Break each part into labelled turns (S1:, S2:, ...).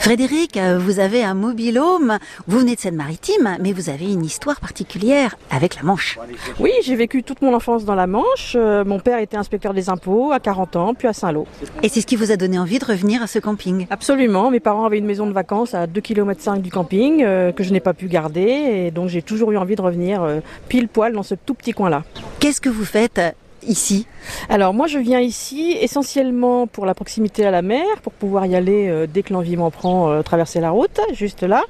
S1: Frédéric, euh, vous avez un mobilhome, vous venez de Seine-Maritime, mais vous avez une histoire particulière avec la Manche.
S2: Oui, j'ai vécu toute mon enfance dans la Manche. Euh, Mon père était inspecteur des impôts à 40 ans, puis à Saint-Lô.
S1: Et c'est ce qui vous a donné envie de revenir à ce camping.
S2: Absolument, mes parents avaient une maison de vacances à 2,5 km du camping euh, que je n'ai pas pu garder. Et donc j'ai toujours eu envie de revenir euh, pile poil dans ce tout petit coin-là.
S1: Qu'est-ce que vous faites euh, ici
S2: Alors moi je viens ici essentiellement pour la proximité à la mer, pour pouvoir y aller euh, dès que l'envie m'en prend, euh, traverser la route, juste là.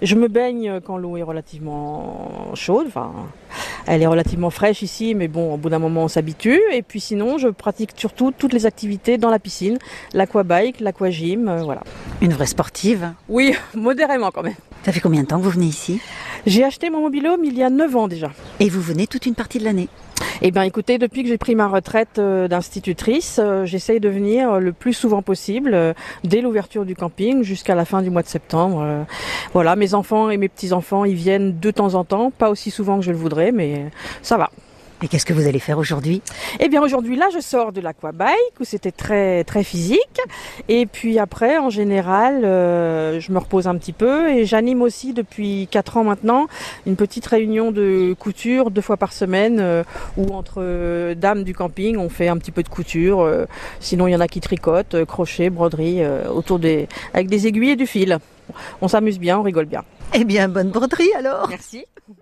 S2: Je me baigne euh, quand l'eau est relativement chaude, enfin elle est relativement fraîche ici, mais bon au bout d'un moment on s'habitue. Et puis sinon je pratique surtout toutes les activités dans la piscine, l'aquabike, l'aquagym, euh, voilà.
S1: Une vraie sportive.
S2: Oui, modérément quand même.
S1: Ça fait combien de temps que vous venez ici
S2: J'ai acheté mon mobilhome il y a 9 ans déjà.
S1: Et vous venez toute une partie de l'année.
S2: Eh bien écoutez, depuis que j'ai pris ma retraite euh, d'institutrice, euh, j'essaye de venir euh, le plus souvent possible, euh, dès l'ouverture du camping jusqu'à la fin du mois de septembre. euh. voilà, mes enfants et mes petits-enfants, ils viennent de temps en temps, pas aussi souvent que je le voudrais, mais euh, ça va.
S1: Et qu'est-ce que vous allez faire aujourd'hui
S2: Eh bien aujourd'hui là, je sors de l'aquabike où c'était très très physique, et puis après en général, euh, je me repose un petit peu et j'anime aussi depuis quatre ans maintenant une petite réunion de couture deux fois par semaine euh, où entre euh, dames du camping on fait un petit peu de couture. euh, sinon il y en a qui tricotent, euh, crochet, broderie euh, autour des avec des aiguilles et du fil. On s'amuse bien, on rigole bien.
S1: Eh bien, bonne broderie alors
S2: Merci.